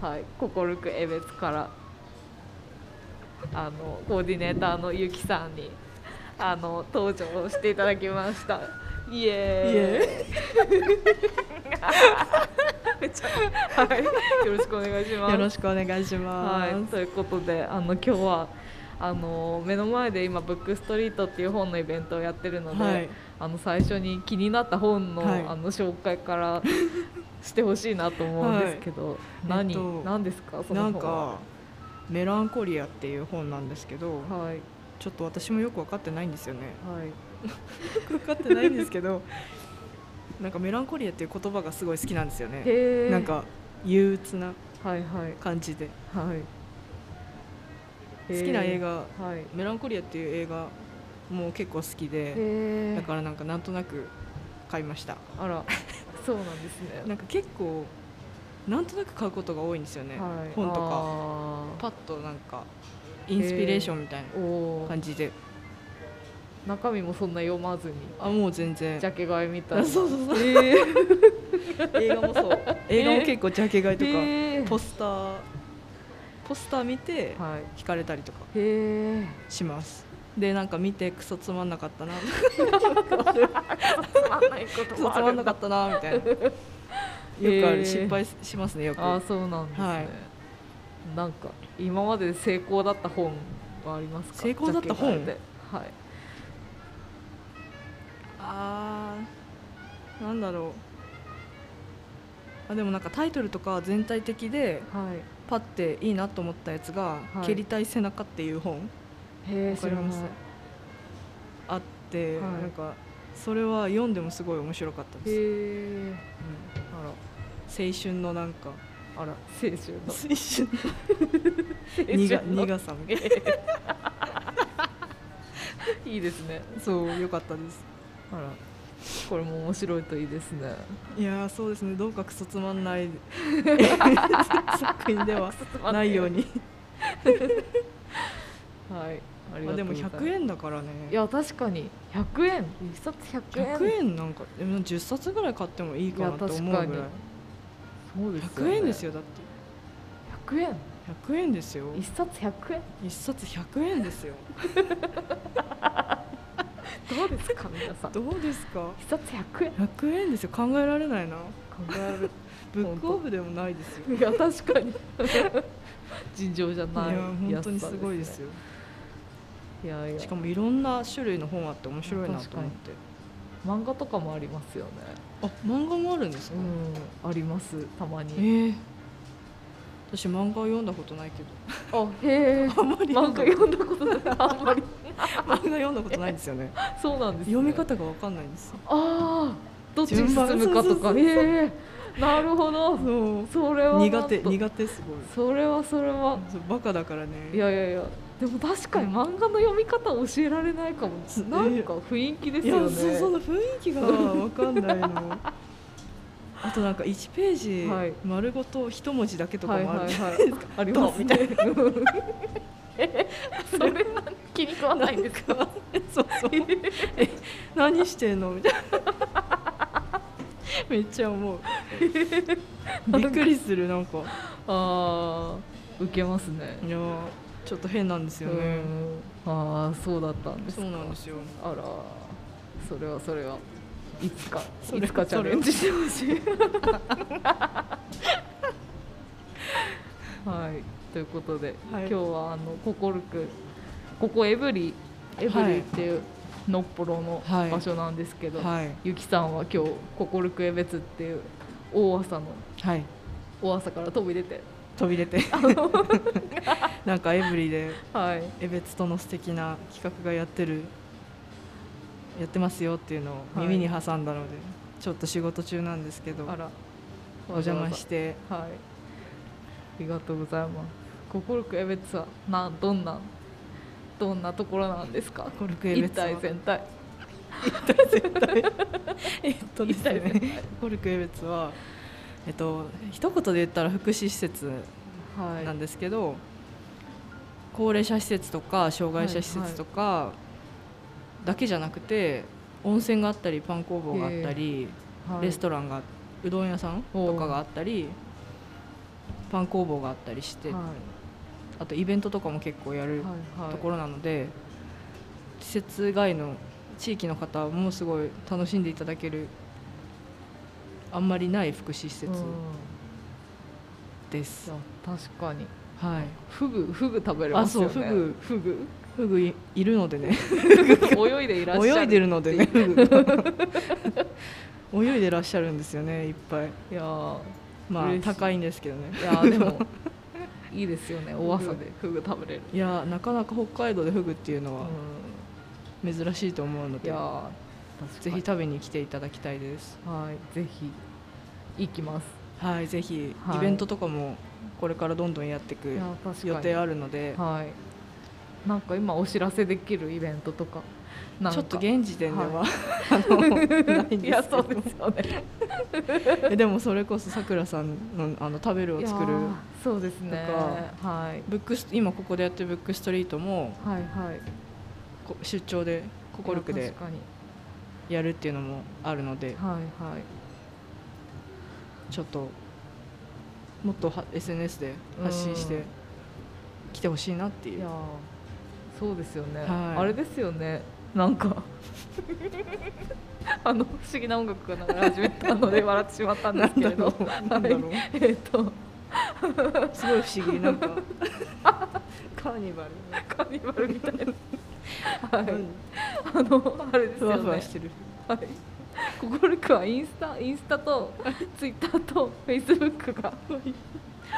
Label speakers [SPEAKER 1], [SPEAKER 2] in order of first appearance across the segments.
[SPEAKER 1] はい、心く江別からあのコーディネーターのゆきさんにあの登場していただきましたイエ ーイはい、よろしくお願いします
[SPEAKER 2] よろしくお願いしま
[SPEAKER 1] は
[SPEAKER 2] す。
[SPEAKER 1] い、ということであの今日はあの目の前で今「ブックストリート」っていう本のイベントをやってるので、
[SPEAKER 2] はい
[SPEAKER 1] あの最初に気になった本の,、
[SPEAKER 2] はい
[SPEAKER 1] あの紹介から してほしいなと思うんですけど、何、
[SPEAKER 2] えっと
[SPEAKER 1] 何ですかその
[SPEAKER 2] なん
[SPEAKER 1] 本
[SPEAKER 2] か「メランコリア」っていう本なんですけど
[SPEAKER 1] ははい
[SPEAKER 2] ちょっと私もよく分かってないんですよね
[SPEAKER 1] はい
[SPEAKER 2] よく分かってないんですけど なんかメランコリアっていう言葉がすごい好きなんですよね
[SPEAKER 1] へー
[SPEAKER 2] なんか憂鬱な
[SPEAKER 1] はいはい
[SPEAKER 2] 感じで
[SPEAKER 1] はい
[SPEAKER 2] 好きな映画
[SPEAKER 1] 画はいへ
[SPEAKER 2] 「メランコリア」っていう映画も結構好きで
[SPEAKER 1] え
[SPEAKER 2] だからなんかなんとなく買いました
[SPEAKER 1] あらそうなんですね
[SPEAKER 2] なんか結構なんとなく買うことが多いんですよね、
[SPEAKER 1] はい、
[SPEAKER 2] 本とか
[SPEAKER 1] か
[SPEAKER 2] パッとなんかインスピレーションみたい
[SPEAKER 1] お
[SPEAKER 2] な
[SPEAKER 1] おー
[SPEAKER 2] 感じで
[SPEAKER 1] 中身もそんな読まずに
[SPEAKER 2] あもう全然
[SPEAKER 1] ジャケ買いみたいな。
[SPEAKER 2] あそうそうそう
[SPEAKER 1] えー
[SPEAKER 2] 映画もそう映画も結構ジャケ買いとか、
[SPEAKER 1] へー
[SPEAKER 2] ポスターポスター見て
[SPEAKER 1] はい。
[SPEAKER 2] 惹かれたりとか
[SPEAKER 1] へえ。
[SPEAKER 2] しますでなんか見てクソつまんなか ったな
[SPEAKER 1] つまんないこ
[SPEAKER 2] クソつまんなかったなみたいなよくあ
[SPEAKER 1] へー
[SPEAKER 2] る失敗しますねよく
[SPEAKER 1] ああ、そうなんですね。
[SPEAKER 2] はい
[SPEAKER 1] なんか今までで成功だった本はありますか？
[SPEAKER 2] 成功だった本
[SPEAKER 1] ジャケ買いではい。
[SPEAKER 2] あーなんだろうあでもなんかタイトルとか全体的で
[SPEAKER 1] はい。
[SPEAKER 2] パッていいなと思ったやつが「
[SPEAKER 1] はい
[SPEAKER 2] 蹴りたい背中」っていう本
[SPEAKER 1] へえ、
[SPEAKER 2] わ
[SPEAKER 1] 知
[SPEAKER 2] からり
[SPEAKER 1] ない
[SPEAKER 2] ま。すあって、
[SPEAKER 1] はい
[SPEAKER 2] なんかそれは読んでもすごい面白かった
[SPEAKER 1] へ
[SPEAKER 2] です
[SPEAKER 1] え。
[SPEAKER 2] 青春のなんか
[SPEAKER 1] あら、あら、青春の。
[SPEAKER 2] 青春
[SPEAKER 1] 青
[SPEAKER 2] 苦
[SPEAKER 1] 春の
[SPEAKER 2] 苦さみたい
[SPEAKER 1] いいですね。
[SPEAKER 2] なそう良かったです
[SPEAKER 1] あら、これも面白いといいですね。
[SPEAKER 2] いやーそうですねどうかクソつまん ない作品ではないように
[SPEAKER 1] はい。ありが
[SPEAKER 2] あ
[SPEAKER 1] と
[SPEAKER 2] で
[SPEAKER 1] う
[SPEAKER 2] も
[SPEAKER 1] ございます。
[SPEAKER 2] 100円だからね
[SPEAKER 1] いや確かに100円一冊100円
[SPEAKER 2] 100円なんかでも10冊ぐらい買ってもいいかなと思うぐらい
[SPEAKER 1] いや確かそうですよ、
[SPEAKER 2] 100
[SPEAKER 1] ね、
[SPEAKER 2] 円ですよだっ
[SPEAKER 1] 100円
[SPEAKER 2] て100円ですよ
[SPEAKER 1] 一冊100円
[SPEAKER 2] 1冊100円ですよ
[SPEAKER 1] どうですか皆さん一
[SPEAKER 2] どうですか
[SPEAKER 1] 冊100円
[SPEAKER 2] 100円ですよ考えられないな
[SPEAKER 1] 考える
[SPEAKER 2] ブックオフでもないですよ
[SPEAKER 1] いや確かに 尋常じゃ
[SPEAKER 2] いや
[SPEAKER 1] ない
[SPEAKER 2] 本当に
[SPEAKER 1] 安さ
[SPEAKER 2] すごいですよ
[SPEAKER 1] いやいや
[SPEAKER 2] しかもいろんな種類の本あって面白いなと思って
[SPEAKER 1] 漫画とかもありますよね
[SPEAKER 2] あ漫画もあるんですか、
[SPEAKER 1] うんありますたま
[SPEAKER 2] え
[SPEAKER 1] に
[SPEAKER 2] ー私漫画を読んだことないけど
[SPEAKER 1] あへえ
[SPEAKER 2] あんまり
[SPEAKER 1] 漫画読んだことないあんまり
[SPEAKER 2] 漫画読んだことないんですよね
[SPEAKER 1] そうなんです、ね、
[SPEAKER 2] 読み方が分かんないんですよ
[SPEAKER 1] ああどっちに進むか
[SPEAKER 2] 順番そ
[SPEAKER 1] と
[SPEAKER 2] うそうそ
[SPEAKER 1] か
[SPEAKER 2] うそう
[SPEAKER 1] へえなるほど
[SPEAKER 2] そう
[SPEAKER 1] それはなんと
[SPEAKER 2] 苦手苦手すごい
[SPEAKER 1] それはそれは
[SPEAKER 2] そうバカだからね
[SPEAKER 1] いやいやいやでも確かに漫画の読み方教えられないかも
[SPEAKER 2] うん
[SPEAKER 1] なんか雰囲気です
[SPEAKER 2] いや
[SPEAKER 1] よね
[SPEAKER 2] そうその雰囲気が分かんない のあとなんか1ペ
[SPEAKER 1] はい
[SPEAKER 2] ージ丸ごと一文字だけとかもある、
[SPEAKER 1] は いはいはい、ありますねえ それは気に食わないんです か
[SPEAKER 2] そうそうえ何してんのみたいな めっちゃ 思うびっくりするなんか
[SPEAKER 1] あー受けますね
[SPEAKER 2] いやーちょっと変なんです
[SPEAKER 1] う
[SPEAKER 2] よね
[SPEAKER 1] んああそうだったんですか
[SPEAKER 2] そうなんですよ
[SPEAKER 1] あらそれはそれはいつか
[SPEAKER 2] そ
[SPEAKER 1] い
[SPEAKER 2] れ
[SPEAKER 1] つかチャレンジしてほしいはいということで、
[SPEAKER 2] は
[SPEAKER 1] 今
[SPEAKER 2] い
[SPEAKER 1] 日はあの心くここエブリエブリ
[SPEAKER 2] はい
[SPEAKER 1] っていうのっぽろの
[SPEAKER 2] はい
[SPEAKER 1] 場所なんですけど、
[SPEAKER 2] はい
[SPEAKER 1] ゆきさんは今日心くえ別っていう大朝の
[SPEAKER 2] はい
[SPEAKER 1] 大朝から飛び出て
[SPEAKER 2] 飛び出て なんかエブリで
[SPEAKER 1] はい
[SPEAKER 2] エベツとの素敵な企画がやってるやってますよっていうのを
[SPEAKER 1] はい
[SPEAKER 2] 耳に挟んだので、ちょっと仕事中なんですけど
[SPEAKER 1] あら
[SPEAKER 2] お邪魔して
[SPEAKER 1] はい。ありがとうございます。心くえべつはなどんなどんなところなんですか。
[SPEAKER 2] コルクエベ
[SPEAKER 1] 一
[SPEAKER 2] ツは
[SPEAKER 1] 体全体。
[SPEAKER 2] えっとです
[SPEAKER 1] 一体全
[SPEAKER 2] ねコルクエベツはえっと一言で言ったら福祉施設
[SPEAKER 1] は
[SPEAKER 2] なんですけど、高齢者施設とか障害者施設とかだけじゃなくて温泉があったりパン工房があったり、
[SPEAKER 1] はい
[SPEAKER 2] レストランがうどん屋さんとかがあったりパン工房があったりして、
[SPEAKER 1] は
[SPEAKER 2] あとイベントとかも結構や
[SPEAKER 1] い
[SPEAKER 2] る
[SPEAKER 1] はいはい
[SPEAKER 2] ところなので、施設外の地域の方もすごい楽しんでいただけるあんまりない福祉施設
[SPEAKER 1] うん
[SPEAKER 2] です
[SPEAKER 1] い、や確かに
[SPEAKER 2] はい
[SPEAKER 1] フグフグ食べれ
[SPEAKER 2] あ
[SPEAKER 1] ます
[SPEAKER 2] そ
[SPEAKER 1] よ
[SPEAKER 2] う
[SPEAKER 1] ね
[SPEAKER 2] フグフグフグいいるのでね
[SPEAKER 1] 泳いでいらっしゃる
[SPEAKER 2] 泳いでるのでねフグ 泳いでらっしゃるんですよねいっぱい
[SPEAKER 1] いやー
[SPEAKER 2] まあ
[SPEAKER 1] 嬉しい
[SPEAKER 2] 高いんですけどね
[SPEAKER 1] いや ーでもいいですよねおわさでフグ食べれる、
[SPEAKER 2] いやなかなか北海道でフグっていうの
[SPEAKER 1] う
[SPEAKER 2] は
[SPEAKER 1] ん、
[SPEAKER 2] 珍しいと思うの
[SPEAKER 1] い
[SPEAKER 2] で、
[SPEAKER 1] やー
[SPEAKER 2] ぜひ
[SPEAKER 1] 確か
[SPEAKER 2] 食べに来ていただきたいです
[SPEAKER 1] にはいぜひ行きます
[SPEAKER 2] はいぜひ、
[SPEAKER 1] はい
[SPEAKER 2] イベントとかもこれからどんどんやってい
[SPEAKER 1] い
[SPEAKER 2] く
[SPEAKER 1] やー確かに
[SPEAKER 2] 予定あるので
[SPEAKER 1] はいなんか今お知らせできるイベントとかなんか
[SPEAKER 2] ちょっと現時点では、
[SPEAKER 1] は
[SPEAKER 2] あのない
[SPEAKER 1] い
[SPEAKER 2] んで
[SPEAKER 1] や
[SPEAKER 2] すけ
[SPEAKER 1] そう
[SPEAKER 2] ど
[SPEAKER 1] ですよね
[SPEAKER 2] えでもそれこそさくらさんのあの食べるを作
[SPEAKER 1] い
[SPEAKER 2] る
[SPEAKER 1] やーそうですね
[SPEAKER 2] と
[SPEAKER 1] はいはい
[SPEAKER 2] ブックス今ここでやってるブックストリートも
[SPEAKER 1] はい
[SPEAKER 2] こ出張でココルク
[SPEAKER 1] いや
[SPEAKER 2] で
[SPEAKER 1] 確かに
[SPEAKER 2] やるっていうのもあるので
[SPEAKER 1] はいはい
[SPEAKER 2] ちょっともっとは SNS で発信し
[SPEAKER 1] う
[SPEAKER 2] て
[SPEAKER 1] ん
[SPEAKER 2] 来てほしいなってい
[SPEAKER 1] いうやーそうですよね、
[SPEAKER 2] はい
[SPEAKER 1] あれですよねなん かあの不思議な音楽が流れ始めた ので笑ってしまったんですけれど
[SPEAKER 2] なんだろう
[SPEAKER 1] はいえっと
[SPEAKER 2] すごい不思 議なんかカーニバル
[SPEAKER 1] カーニバルみたいな、はい
[SPEAKER 2] うん
[SPEAKER 1] あのあれです
[SPEAKER 2] ふ
[SPEAKER 1] よね
[SPEAKER 2] わふわしてる
[SPEAKER 1] はい、ココルクはインスタインスタとツイッターとフェイスブックが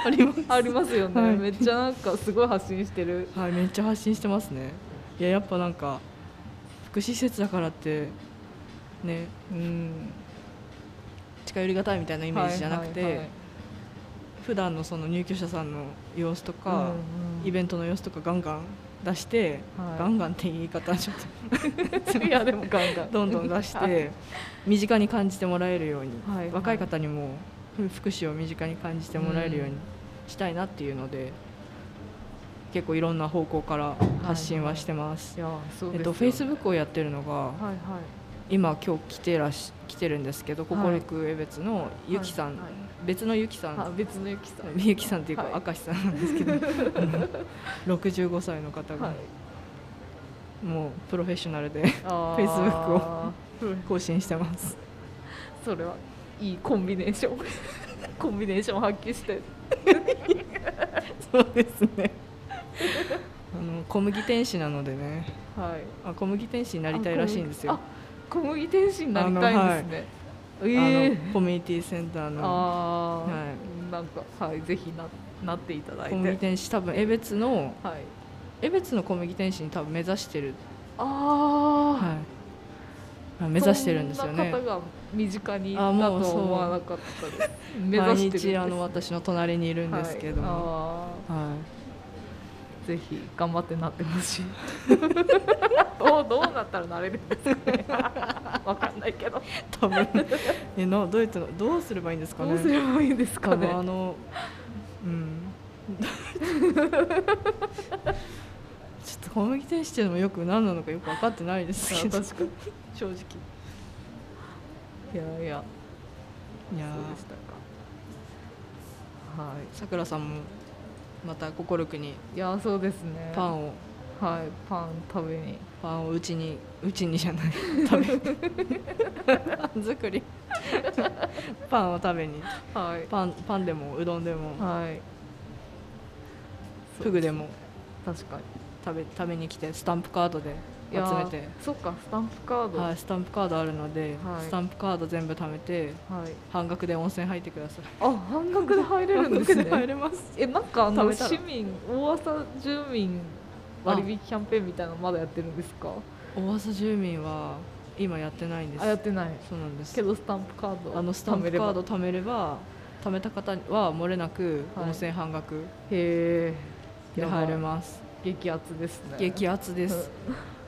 [SPEAKER 2] あります
[SPEAKER 1] ありますよね、
[SPEAKER 2] はい
[SPEAKER 1] めっちゃなんかすごい発信してる
[SPEAKER 2] はいめっちゃ発信してますねいややっぱなんか福祉施設だからってねうん近寄りがたいみたいなイメージじゃなくて、
[SPEAKER 1] はいはいはい
[SPEAKER 2] 普段のその入居者さんの様子と
[SPEAKER 1] うん
[SPEAKER 2] か、イベントの様子とかガンガン出して、
[SPEAKER 1] はい
[SPEAKER 2] ガンガンって言い方はちょっ
[SPEAKER 1] うん いやでもガンガ ン
[SPEAKER 2] とどんどん出し
[SPEAKER 1] はい
[SPEAKER 2] て身近に感じてもらえるように、
[SPEAKER 1] はいはい
[SPEAKER 2] 若い方にもふ福祉を身近に感じてもらえるようにしたいなっていうので、結構いろんな方向から発信はしてます
[SPEAKER 1] い。やそう
[SPEAKER 2] え
[SPEAKER 1] ですよ
[SPEAKER 2] っと、フェイスブックをやってるのが
[SPEAKER 1] はいはい
[SPEAKER 2] 今今日来てらし来てるんですけど、
[SPEAKER 1] はい
[SPEAKER 2] ココルク江別のゆきさん、
[SPEAKER 1] はいはい
[SPEAKER 2] 別のゆきさん、
[SPEAKER 1] あ別のゆきさんは
[SPEAKER 2] ゆきさんっていうか、
[SPEAKER 1] はい
[SPEAKER 2] 明石さんなんですけどあ の65歳の方が、
[SPEAKER 1] い
[SPEAKER 2] もうプロフェッショナルで
[SPEAKER 1] あ
[SPEAKER 2] フェイスブックを
[SPEAKER 1] ブックを
[SPEAKER 2] 更新してます
[SPEAKER 1] それはいいコンビネーション コンビネーション発揮して
[SPEAKER 2] そうです ねあの小麦天使なのでね
[SPEAKER 1] はい
[SPEAKER 2] あ小麦天使になりたいらしいんですよ
[SPEAKER 1] あ小麦天使になりたいんですね
[SPEAKER 2] あ
[SPEAKER 1] ええ
[SPEAKER 2] のコミュニティセンターの
[SPEAKER 1] ああ、
[SPEAKER 2] は
[SPEAKER 1] なんかはいぜひななっていただい
[SPEAKER 2] 小麦
[SPEAKER 1] て
[SPEAKER 2] 天使多分江別の
[SPEAKER 1] はい
[SPEAKER 2] 江別の小麦天使に多分目指してる、
[SPEAKER 1] ああ、
[SPEAKER 2] はいあ、目指してるんですよ
[SPEAKER 1] そん
[SPEAKER 2] ね
[SPEAKER 1] な方が身近にいたと
[SPEAKER 2] あもう
[SPEAKER 1] は
[SPEAKER 2] そう
[SPEAKER 1] 思わなかったです目
[SPEAKER 2] 毎
[SPEAKER 1] 指してるんです
[SPEAKER 2] 日あの私の隣にいるんですけど
[SPEAKER 1] はい
[SPEAKER 2] も、
[SPEAKER 1] あ
[SPEAKER 2] は
[SPEAKER 1] ー
[SPEAKER 2] い
[SPEAKER 1] ぜひ頑張ってなってほしい どうどうなったらなれるんですかねわかんないけど
[SPEAKER 2] 多分 えなどうやってのどうすればいいんですかね
[SPEAKER 1] どうすればいいんですか
[SPEAKER 2] 多
[SPEAKER 1] ね
[SPEAKER 2] 分あのうん ちょっと小麦天使っていうのもよく何なのかよく分かってないですけど
[SPEAKER 1] あ確かに
[SPEAKER 2] 正直
[SPEAKER 1] いやいやそう
[SPEAKER 2] いやー
[SPEAKER 1] でしたかは
[SPEAKER 2] さくらさんもまた心くに
[SPEAKER 1] いいやそうですね
[SPEAKER 2] パンを
[SPEAKER 1] はいパン食べに
[SPEAKER 2] パンをうちにうちにじ ゃない食べパン作りパンを食べに
[SPEAKER 1] はい
[SPEAKER 2] パンパンでもうどんでも
[SPEAKER 1] はい
[SPEAKER 2] フグでも
[SPEAKER 1] 確かに
[SPEAKER 2] 食べ食べに来てスタンプカードで
[SPEAKER 1] い
[SPEAKER 2] 集
[SPEAKER 1] や
[SPEAKER 2] めて
[SPEAKER 1] そっかスタンプカード
[SPEAKER 2] は、
[SPEAKER 1] はい
[SPEAKER 2] スタンプカードあるので、
[SPEAKER 1] はい
[SPEAKER 2] スタンプカード全部貯めて
[SPEAKER 1] い
[SPEAKER 2] 半額で温泉入ってください。
[SPEAKER 1] あ半額で入れるんです
[SPEAKER 2] 半額で入
[SPEAKER 1] ね
[SPEAKER 2] れます。
[SPEAKER 1] えなんかあ
[SPEAKER 2] 食
[SPEAKER 1] の
[SPEAKER 2] べたら
[SPEAKER 1] 市民大浅住民割引キャンペーンみたいなのまだやってるんですか
[SPEAKER 2] 大浅住民は今やってないんです。
[SPEAKER 1] あやってない
[SPEAKER 2] そうなんです
[SPEAKER 1] け。どスタンプカード
[SPEAKER 2] あのスタンプカード
[SPEAKER 1] へ
[SPEAKER 2] 貯めれば貯めた方は漏れなく
[SPEAKER 1] はい
[SPEAKER 2] 温泉半額
[SPEAKER 1] え
[SPEAKER 2] で入れます。
[SPEAKER 1] 激アツですね
[SPEAKER 2] 激アツです。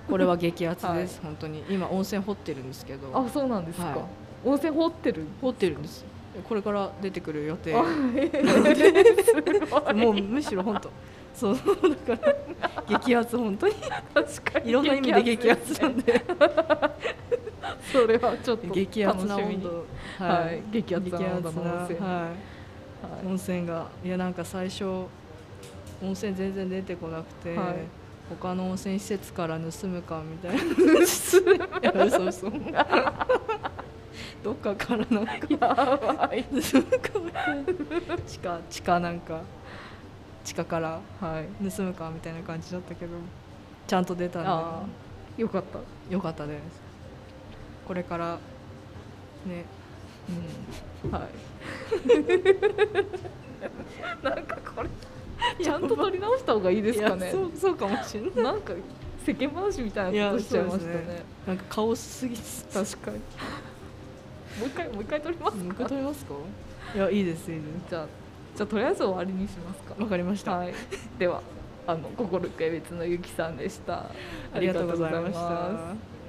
[SPEAKER 2] これは激アツです、本当に。今温泉掘ってるんですけど。
[SPEAKER 1] あそうなんですか、
[SPEAKER 2] はい
[SPEAKER 1] 温泉掘ってる
[SPEAKER 2] 掘ってるんです。これから出てくる予定。
[SPEAKER 1] すごい
[SPEAKER 2] もうむしろ本当。 そうだから激アツ本当に
[SPEAKER 1] 確かに
[SPEAKER 2] いろんな意味で 激アツ
[SPEAKER 1] す
[SPEAKER 2] な
[SPEAKER 1] ね
[SPEAKER 2] ん で
[SPEAKER 1] それはちょっと楽しみに
[SPEAKER 2] 激アツな温度
[SPEAKER 1] はい激アツな温度の温泉
[SPEAKER 2] は
[SPEAKER 1] はい
[SPEAKER 2] 温泉がいやなんか最初温泉全然出てこなくて、
[SPEAKER 1] はい
[SPEAKER 2] 他の温泉施設から盗むかみ たいないや嘘嘘どっかからなんか
[SPEAKER 1] やばい
[SPEAKER 2] 盗むかみたいな 地下地下なんか地下から
[SPEAKER 1] はい
[SPEAKER 2] 盗むかみたいな感じだったけどちゃんと出たんで
[SPEAKER 1] ああよかった
[SPEAKER 2] よかったですこれからね
[SPEAKER 1] はい なんかこれちゃんと取り直した方がいい
[SPEAKER 2] うん
[SPEAKER 1] ですかね
[SPEAKER 2] いやそうそうかもしれない
[SPEAKER 1] なんか世間話みたいなことしちゃいましたね
[SPEAKER 2] いやそうですねなんか顔すぎて
[SPEAKER 1] 確かにもう一回もう一回取ります
[SPEAKER 2] 向
[SPEAKER 1] か
[SPEAKER 2] か取れますかいやいいですいいで
[SPEAKER 1] じゃあじゃあとりあえず終わりにしますか
[SPEAKER 2] すわかりました、
[SPEAKER 1] はい、ではあの心軽蔑のゆきさんでした。
[SPEAKER 2] ありがとうございま
[SPEAKER 1] ありが
[SPEAKER 2] し
[SPEAKER 1] とうございま
[SPEAKER 2] た